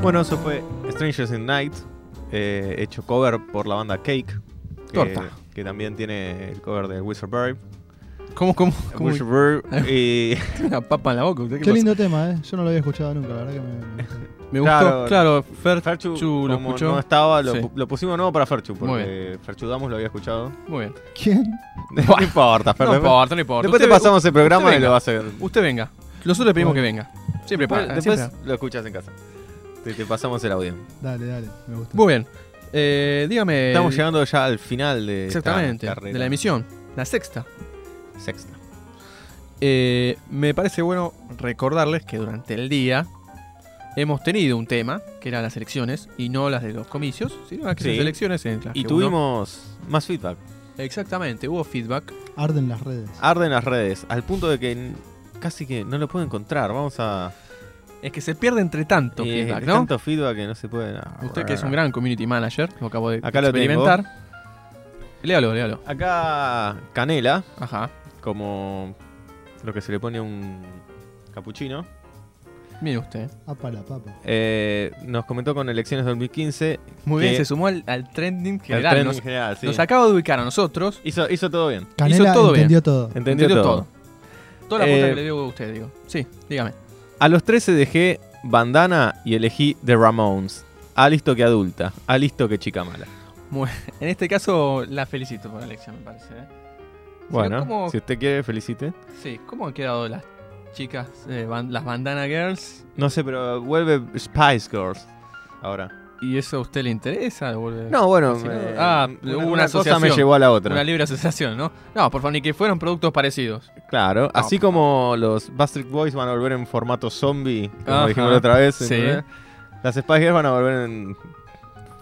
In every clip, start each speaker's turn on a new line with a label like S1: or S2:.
S1: Bueno, eso fue Strangers in Night, eh, hecho cover por la banda Cake. Que,
S2: Torta.
S1: que también tiene el cover de Wizard Bird.
S2: ¿Cómo, cómo? cómo Eh,
S1: Wizard Bird, y
S2: tiene una papa en la boca? ¿Usted
S3: Qué
S2: qué pasa?
S3: lindo tema, ¿eh? Yo no lo había escuchado nunca, la verdad que me...
S2: Me
S1: Claro,
S2: gustó. Claro, Fer
S1: Ferchu,
S2: Chu lo
S1: como
S2: escuchó.
S1: no estaba, lo,
S2: Sí.
S1: pu- lo pusimos nuevo para Ferchu,
S2: Muy
S1: porque Ferchu Damos lo había escuchado.
S2: Muy bien.
S3: ¿Quién?
S1: no
S2: Buah.
S1: importa, Fer.
S2: No
S1: después-
S2: importa, no importa.
S1: Después te
S2: Usted-
S1: pasamos el programa y
S2: venga.
S1: lo vas a ver.
S2: Usted venga. Nosotros le pedimos que venga. Siempre
S1: Después,
S2: pasa.
S1: después
S2: siempre. Eh,
S1: lo escuchas en casa. Te, te pasamos el audio.
S3: Dale, dale, me gusta.
S2: Muy bien. Eh, dígame.
S1: Estamos llegando ya al final de esta
S2: Exactamente.
S1: carrera
S2: De la emisión. La sexta.
S1: Sexta.
S2: Eh, me parece bueno recordarles que durante el día hemos tenido un tema, que eran las elecciones, y no las de los comicios, sino las
S1: Sí.
S2: elecciones en las
S1: Y
S2: que uno-
S1: tuvimos más feedback.
S2: Exactamente, hubo feedback.
S3: Arden las redes.
S1: Arden las redes, al punto de que n- casi que no lo puedo encontrar. Vamos a.
S2: Es que se pierde entre tanto
S1: Eh,
S2: feedback, ¿no?
S1: Tanto feedback que no se puede. no,
S2: Usted
S1: bueno,
S2: Este que es un
S1: no.
S2: gran community manager, lo acabo de
S1: Acá lo
S2: experimentar. Léalo, léalo.
S1: Acá Canela,
S2: Ajá.
S1: como lo que se le pone a un capuchino,
S2: Mire usted.
S3: Ah, para papa.
S1: eh, nos comentó con elecciones 2015.
S2: Muy bien,
S1: que
S2: se sumó al, al trending
S1: el
S2: general.
S1: tren
S2: nos,
S1: en general, sí.
S2: nos acaba de ubicar a nosotros.
S1: hizo, hizo todo bien.
S3: Canela
S2: todo bien.
S3: entendió todo.
S1: Entendió, todo.
S2: Toda la puta
S1: Eh,
S2: que le dio a usted, digo. Sí, dígame.
S1: A los 13 dejé bandana y elegí The Ramones. Ah, listo que adulta. Ah, listo que chica mala.
S2: En este caso, la felicito por la elección, me parece. ¿eh?
S1: Bueno,
S2: ¿cómo-
S1: si usted quiere, felicite.
S2: Sí, ¿cómo han quedado las chicas, eh, ban- las Bandana Girls?
S1: No sé, pero vuelve Spice Girls ahora.
S2: ¿Y eso a usted le interesa? Vuelve-
S1: No, bueno.
S2: Así no-
S1: eh,
S2: ah, hubo una
S1: cosa me
S2: asociación.
S1: llevó a la otra.
S2: Una libre asociación, ¿no? No, por favor, ni que fueron productos parecidos.
S1: Claro, así
S2: por
S1: como los Bastard Boys van a volver en formato zombie, como
S2: Ajá.
S1: dijimos la otra vez,
S2: Sí.
S1: ¿entendés? las Spice Girls van a volver en.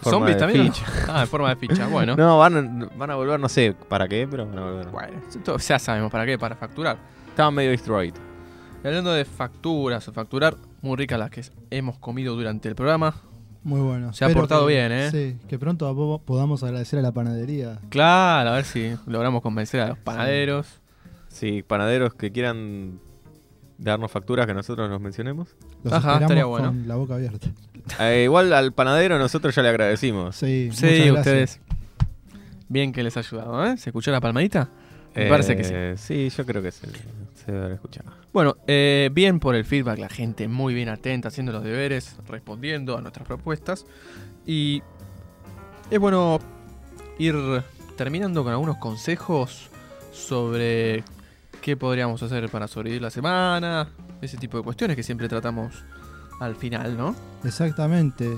S1: forma
S2: ¿Zombies
S1: de
S2: también? o no?
S1: ficha.
S2: Ah, en forma de ficha, bueno.
S1: No, van, van a volver, no sé para qué, pero van a volver.
S2: Bueno, esto ya sabemos para qué, para facturar.
S1: Estaban medio destroyed.
S2: Y Hablando de facturas o facturar, muy ricas las que hemos comido durante el programa.
S3: Muy bueno.
S2: Se ha
S3: Espero
S2: portado
S3: que-
S2: bien, ¿eh?
S3: Sí, que pronto po- podamos agradecer a la panadería.
S2: Claro, a ver si logramos convencer a los panaderos.
S1: Sí, panaderos que quieran darnos facturas que nosotros nos mencionemos.
S3: Los
S2: Ajá,
S3: esperamos
S2: estaría bueno.
S3: con la boca abierta.
S1: Eh, igual al panadero nosotros ya le agradecimos.
S3: Sí, muchas
S2: Sí,
S3: gracias.
S2: ustedes. Bien que les ha ayudado, ¿eh? ¿Se escuchó la palmadita? Me parece que sí.
S1: Eh, Sí, yo creo que se, se debe haber escuchado.
S2: Bueno, eh, bien por el feedback, la gente muy bien atenta, haciendo los deberes, respondiendo a nuestras propuestas. Y es bueno ir terminando con algunos consejos sobre qué podríamos hacer para sobrevivir la semana, ese tipo de cuestiones que siempre tratamos al final, ¿no?
S3: Exactamente.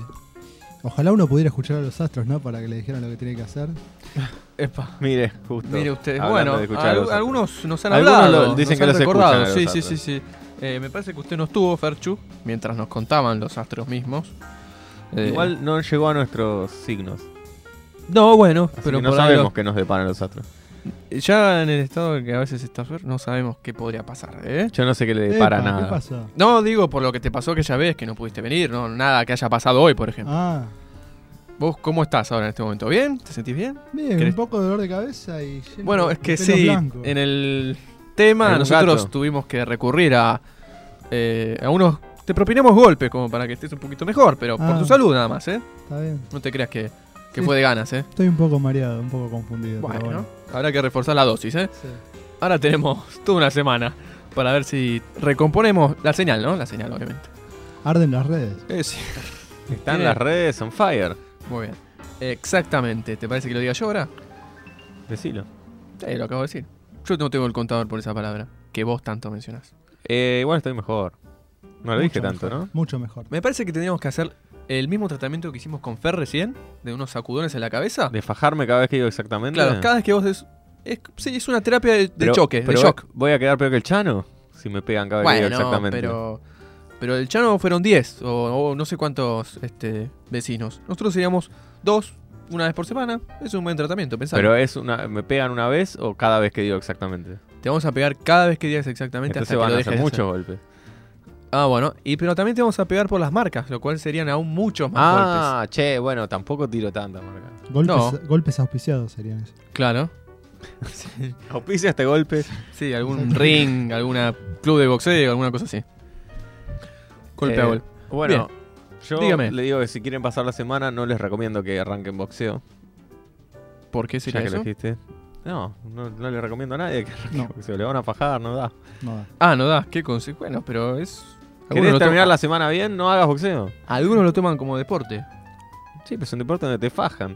S3: Ojalá uno pudiera escuchar a los astros, ¿no? Para que le dijeran lo que tiene que hacer.
S2: Epa.
S1: Mire, justo.
S2: Mire ustedes,
S1: hablando
S2: bueno,
S1: de escuchar a
S2: al-
S1: los
S2: algunos nos han
S1: Algunos
S2: hablado,
S1: lo- dicen
S2: nos
S1: que
S2: han
S1: los
S2: recordado.
S1: escuchan a
S2: sí,
S1: los
S2: sí, sí, sí. Eh, me parece que usted no estuvo, Ferchu, mientras nos contaban los astros mismos. Eh,
S1: Igual no llegó a nuestros signos.
S2: No, bueno,
S1: Así
S2: pero
S1: que no
S2: por ahí
S1: sabemos qué nos deparan los astros.
S2: lo- ya en el estado que a veces está Fer, no sabemos qué podría pasar, ¿eh?
S1: Yo no sé qué le depara
S3: Epa, ¿Qué
S1: nada.
S3: pasó?
S2: No, digo por lo que te pasó que ya ves que no pudiste venir, no nada que haya pasado hoy, por ejemplo.
S3: Ah,
S2: ¿Vos cómo estás ahora en este momento? ¿Bien? ¿Te sentís bien?
S3: bien,
S2: ¿Querés-
S3: un poco de dolor de cabeza y lleno
S2: Bueno,
S3: de
S2: es que
S3: pelos
S2: sí,
S3: blancos.
S2: en el tema
S1: Algún
S2: nosotros
S1: gato.
S2: tuvimos que recurrir a, eh, a unos... Te propinamos golpes como para que estés un poquito mejor, pero por
S3: Ah.
S2: tu salud nada más, ¿eh?
S3: Está bien.
S2: No te creas que, que
S3: Sí.
S2: fue de ganas, ¿eh?
S3: Estoy un poco mareado, un poco confundido. pero
S2: Bueno,
S3: bueno.
S2: habrá que reforzar la dosis, ¿eh?
S3: Sí.
S2: Ahora tenemos toda una semana para ver si recomponemos la señal, ¿no? La señal, obviamente.
S3: Arden las redes.
S1: Están
S2: Tiene-
S1: las redes on fire.
S2: Muy bien. Exactamente. ¿Te parece que lo diga yo ahora?
S1: Decilo.
S2: Sí, lo acabo de decir. Yo no tengo el contador por esa palabra que vos tanto mencionás.
S1: Eh, igual estoy mejor. No lo
S3: Mucho
S1: dije tanto,
S3: mejor,
S1: ¿no?
S3: Mucho mejor.
S2: Me parece que tendríamos que hacer el mismo tratamiento que hicimos con Fer recién, de unos sacudones en la cabeza.
S1: De fajarme cada vez que digo exactamente.
S2: Claro, cada vez que vos des- es, sí, es una terapia de, de
S1: Pero-
S2: choque,
S1: pero
S2: de shock.
S1: Voy a quedar peor que el Chano si me pegan cada vez que
S2: Bueno,
S1: digo
S2: no,
S1: exactamente.
S2: pero, pero el Chano fueron 10 o, o no sé cuántos este, vecinos. Nosotros seríamos dos una vez por semana. Es un buen tratamiento, pensá.
S1: Pero es una, ¿me pegan una vez o cada vez que digo exactamente?
S2: Te vamos a pegar cada vez que digas exactamente
S1: Entonces
S2: hasta que
S1: van
S2: lo
S1: a
S2: dejes
S1: hacer
S2: de
S1: muchos golpes.
S2: Ah, bueno. Y pero también te vamos a pegar por las marcas, lo cual serían aún muchos más
S1: Ah, che, bueno, tampoco tiro tanta marca.
S3: Golpes, golpes auspiciados serían eso.
S2: golpes. Claro.
S1: Auspicia este golpe.
S2: Sí, algún ring, alguna club de boxeo, alguna cosa así. Golpe a
S1: Eh,
S2: golpe.
S1: Bueno, Yo
S2: Dígame.
S1: le digo que si quieren pasar la semana, no les recomiendo que arranquen boxeo.
S2: ¿Por qué
S1: ya
S2: sería
S1: que
S2: eso?
S1: elegiste. No, no, no le recomiendo a nadie que arranque
S3: No.
S1: boxeo. Le van a fajar, no da.
S3: No da.
S2: Ah, no da, qué consecuencia. Bueno, pero es.
S1: ¿Querés
S2: lo
S1: terminar
S2: toman-
S1: la semana bien? No hagas boxeo.
S2: Algunos lo toman como deporte.
S1: Sí, pero es un deporte donde te fajan.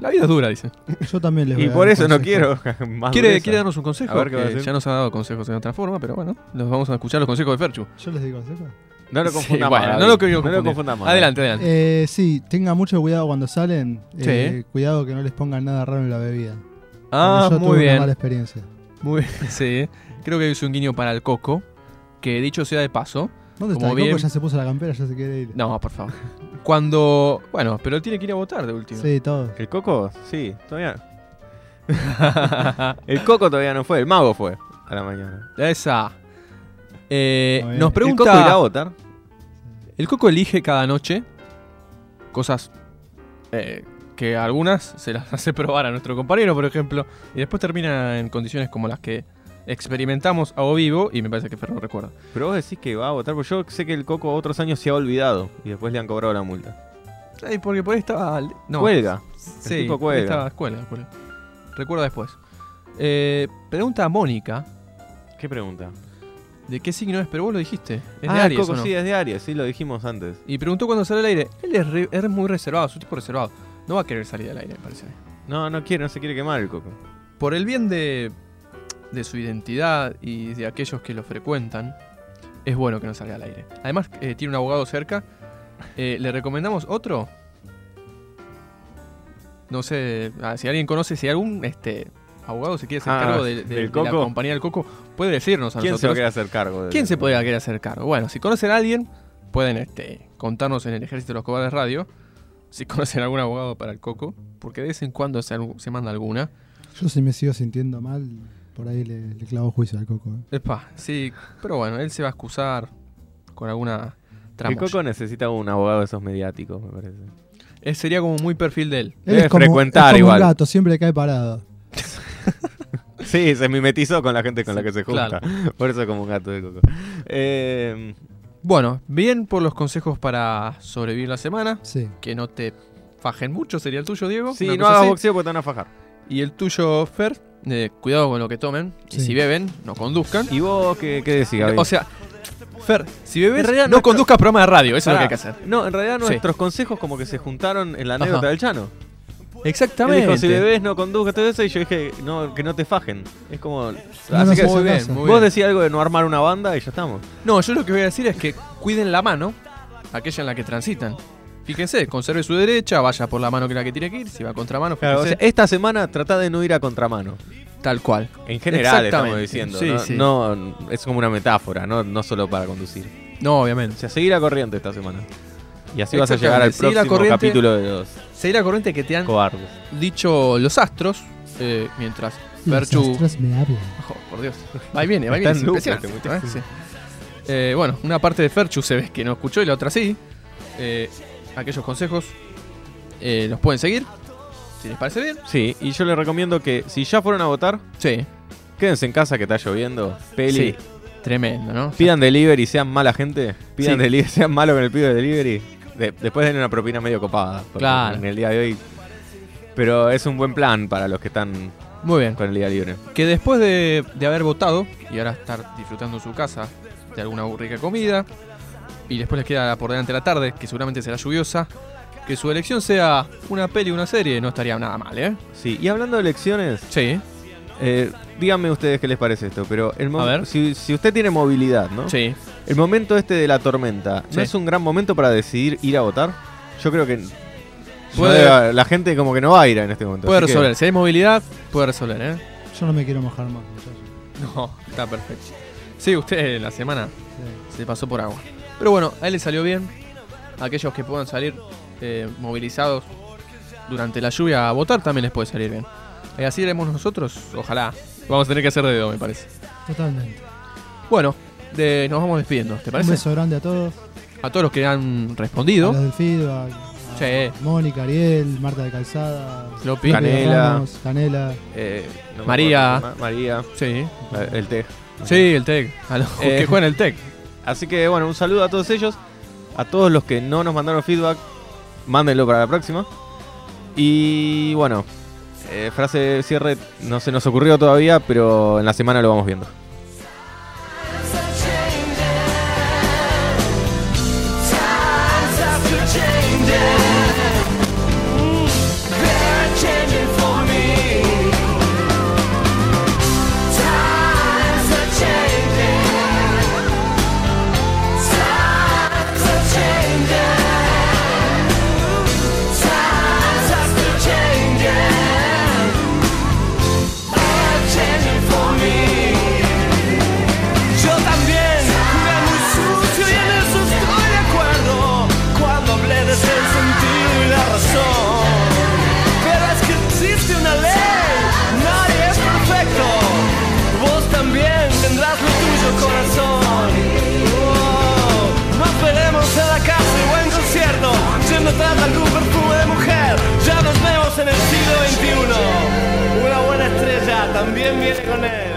S2: La vida es dura, dice.
S3: Yo también les voy
S1: Y
S3: a dar
S1: por
S3: un
S1: eso no
S3: consejo.
S1: quiero más
S2: ¿Quiere,
S1: dureza.
S2: quiere darnos un consejo?
S1: A ver qué va a
S2: Que
S1: decir.
S2: ya nos ha dado consejos en otra forma, pero bueno, los vamos a escuchar los consejos de Ferchu.
S3: Yo les digo consejo.
S1: No lo
S2: Sí,
S1: confundamos.
S2: bueno,
S1: David.
S2: no lo quiero
S1: no lo
S2: confundir.
S1: confundamos.
S2: Adelante, adelante.
S3: Eh, sí, tengan mucho cuidado cuando salen.
S2: Sí.
S3: Eh, Cuidado que no les pongan nada raro en la bebida.
S2: ah,
S3: Porque yo tuve
S2: muy
S3: Una mala
S2: bien.
S3: experiencia.
S2: Muy bien, sí. Creo que es un guiño para el coco. Que dicho sea de paso.
S3: ¿Dónde
S2: Como
S3: está? El
S2: bien-
S3: Coco ya se puso la campera, ya se quiere ir.
S2: No, por favor. Cuando. Bueno, pero él tiene que ir a votar de último.
S3: Sí, todo.
S1: ¿El coco? Sí, todavía. El coco todavía no fue, el mago fue a la mañana.
S2: Esa. Eh,
S3: Muy bien.
S2: nos
S3: El
S2: pregunta.
S1: ¿El coco irá a votar?
S2: El Coco elige cada noche cosas eh, que algunas se las hace probar a nuestro compañero, por ejemplo, y después termina en condiciones como las que experimentamos a o vivo, y me parece que Ferro recuerda.
S1: Pero vos decís que va a votar, porque yo sé que el coco otros años se ha olvidado y después le han cobrado la multa.
S2: Ay, porque por ahí estaba... No,
S1: Cuelga.
S2: sí,
S1: tipo
S2: por
S1: cuelga.
S2: ahí estaba cuelga, cuelga. Recuerda después. Eh, pregunta a Mónica
S1: ¿Qué pregunta?
S2: de qué signo es, pero vos lo dijiste. Es
S1: ah,
S2: de Aries,
S1: el coco
S2: ¿o no?
S1: sí, es de Aries, sí, lo dijimos antes.
S2: Y preguntó cuando sale al aire. Él es, re- es muy reservado, es un tipo reservado. No va a querer salir al aire, me parece.
S1: No, no quiere, no se quiere quemar el coco.
S2: por el bien de, de su identidad y de aquellos que lo frecuentan, es bueno que no salga al aire. Además, eh, tiene un abogado cerca. Eh, ¿Le recomendamos otro? No sé, ah, si alguien conoce, si algún este, abogado se quiere hacer
S1: Ah,
S2: cargo de, de-
S1: ¿del
S2: de la
S1: Coco?
S2: compañía del Coco, puede decirnos a
S1: ¿Quién se va a
S2: nosotros.
S1: querer hacer cargo? de-
S2: ¿Quién se podría querer hacer cargo? Bueno, si conocen a alguien, pueden este, contarnos en el Ejército de los Cobardes Radio. Si conocen algún abogado para el Coco, porque de vez en cuando se, se manda alguna.
S3: Yo si me sigo sintiendo mal, por ahí le, le clavo juicio al Coco. eh.
S2: Epa, sí, pero bueno, él se va a excusar con alguna
S1: El
S2: tramoya.
S1: coco necesita un abogado de esos mediáticos, me parece.
S2: Eh, sería como muy perfil de él.
S3: Él
S1: Debe
S3: es como,
S1: frecuentar
S3: es como
S1: igual.
S3: un gato, siempre cae parado.
S1: Sí, se mimetizó con la gente con la que se junta.
S2: Claro.
S1: Por eso es como un gato de coco. Eh,
S2: Bueno, bien por los consejos para sobrevivir la semana.
S3: Sí.
S2: Que no te fajen mucho, sería el tuyo, Diego.
S1: sí,
S2: una
S1: no
S2: cosa
S1: hagas
S2: así.
S1: boxeo porque te van a fajar.
S2: Y el tuyo, Fer. eh, cuidado con lo que tomen. Y
S3: Sí.
S2: si beben, no conduzcan.
S1: ¿Y vos qué, qué decís, Gaby?
S2: O sea, Fer, si bebes,
S1: En realidad
S2: no
S1: nuestro-
S2: conduzcas programa de radio. Eso es lo que hay
S1: Pará.
S2: que hacer.
S1: No, en realidad
S2: Sí.
S1: nuestros consejos como que se juntaron en la
S2: Ajá.
S1: anécdota del Chano. Él
S2: Exactamente.
S1: dijo, si bebés no conduzcas, todo eso, y yo dije, no, que no te fajen. Es como...
S3: No
S1: así
S3: nos
S1: que
S3: hagas
S2: muy bien,
S3: caso.
S2: muy
S1: vos
S2: bien.
S1: decís algo de no armar una banda y ya estamos.
S2: No, yo lo que voy a decir es que cuiden la mano, aquella en la que transitan. Fíjense, conserve su derecha, vaya por la mano que la que tiene que ir, si va contra mano, eh,
S1: o sea, esta semana tratá de no ir a contramano.
S2: tal cual.
S1: En general estamos
S2: Exactamente.
S1: diciendo.
S2: Sí,
S1: ¿no?
S2: sí.
S1: No, es como una metáfora, no, no solo para conducir.
S2: No,
S1: O
S2: obviamente.
S1: sea, seguir la corriente esta semana. Y así vas a llegar al
S2: Exactamente, seguir la
S1: próximo
S2: corriente.
S1: capítulo de los
S2: Seguir la corriente que te han
S1: cobardes.
S2: dicho los astros, eh, mientras
S3: Los
S2: Berchu...
S3: astros me hablan.
S2: Ojo, por Dios. Va y viene, va y
S1: Está
S2: viene. es
S1: en loop
S2: impresionante,
S1: este
S2: ¿eh? Sí. Eh, bueno, una parte de Ferchu se ve que no escuchó y la otra sí. Eh, aquellos consejos eh, los pueden seguir, si les parece bien.
S1: Sí, y yo les recomiendo que si ya fueron a votar,
S2: Sí,
S1: quédense en casa que está lloviendo. Peli,
S2: sí. Tremendo, ¿no?
S1: pidan delivery, sean mala gente. Pidan
S2: Sí.
S1: delivery, sean malos con el pibe de delivery. De- después den una propina medio copada. porque
S2: Claro.
S1: En el día de hoy. Pero es un buen plan para los que están
S2: Muy bien.
S1: con el día libre.
S2: que después de, de haber votado y ahora estar disfrutando en su casa de alguna rica comida, y después les queda por delante la tarde, que seguramente será lluviosa, que su elección sea una peli o una serie, no estaría nada mal, ¿eh?
S1: Sí, y hablando de elecciones,
S2: Sí,
S1: eh, díganme ustedes qué les parece esto. Pero el mo-
S2: A ver.
S1: Si, si usted tiene movilidad, ¿no?
S2: sí.
S1: El momento este de la tormenta,
S2: Sí.
S1: ¿no es un gran momento para decidir ir a votar? Yo creo que no
S2: Puede-
S1: debe- la gente como que no va a ir en este momento.
S2: Puede
S1: así que-
S2: resolver. Si hay movilidad, puede resolver, ¿eh?
S3: Yo no me quiero mojar más, muchachos.
S2: No, está perfecto. Sí, usted en la semana
S3: Sí.
S2: se pasó por agua. Pero bueno, a él le salió bien. Aquellos que puedan salir eh, movilizados durante la lluvia a votar también les puede salir bien. Y así iremos nosotros, ojalá. Vamos a tener que hacer de dedo, me parece.
S3: Totalmente.
S2: Bueno, de- nos vamos despidiendo, ¿te
S3: Un
S2: parece?
S3: beso grande a todos.
S2: A todos los que han
S3: A
S2: respondido.
S3: los del feedback. a
S2: Sí.
S3: Mónica, Ariel, Marta de Calzada.
S2: Lopi.
S3: Pepe
S1: Canela.
S3: Ramos, Canela.
S1: Eh, no me
S2: María.
S1: acuerdo, Ma- María,
S2: Sí.
S1: eh, el TEG.
S2: Sí, el TEC. A los
S1: Eh.
S2: que juegan el TEC.
S1: Así que bueno, un saludo a todos ellos. A todos los que no nos mandaron feedback, mándenlo para la próxima. Y bueno, eh, frase de cierre no se nos ocurrió todavía, pero en la semana lo vamos viendo.
S4: Times are changing. Times are changing. They're changing for me. Times are changing. Times are changing. Times are still changing. They're changing for me. Yo también jugué muy sucio y en eso estoy de acuerdo Cuando hablé desde el sentido y la razón Pero es que existe una ley, nadie es perfecto Vos también tendrás lo tuyo corazón Oh, Nos veremos en la casa y buen concierto Yendo tras la luz perfume de mujer Ya nos vemos en el siglo XXI Una buena estrella también viene con él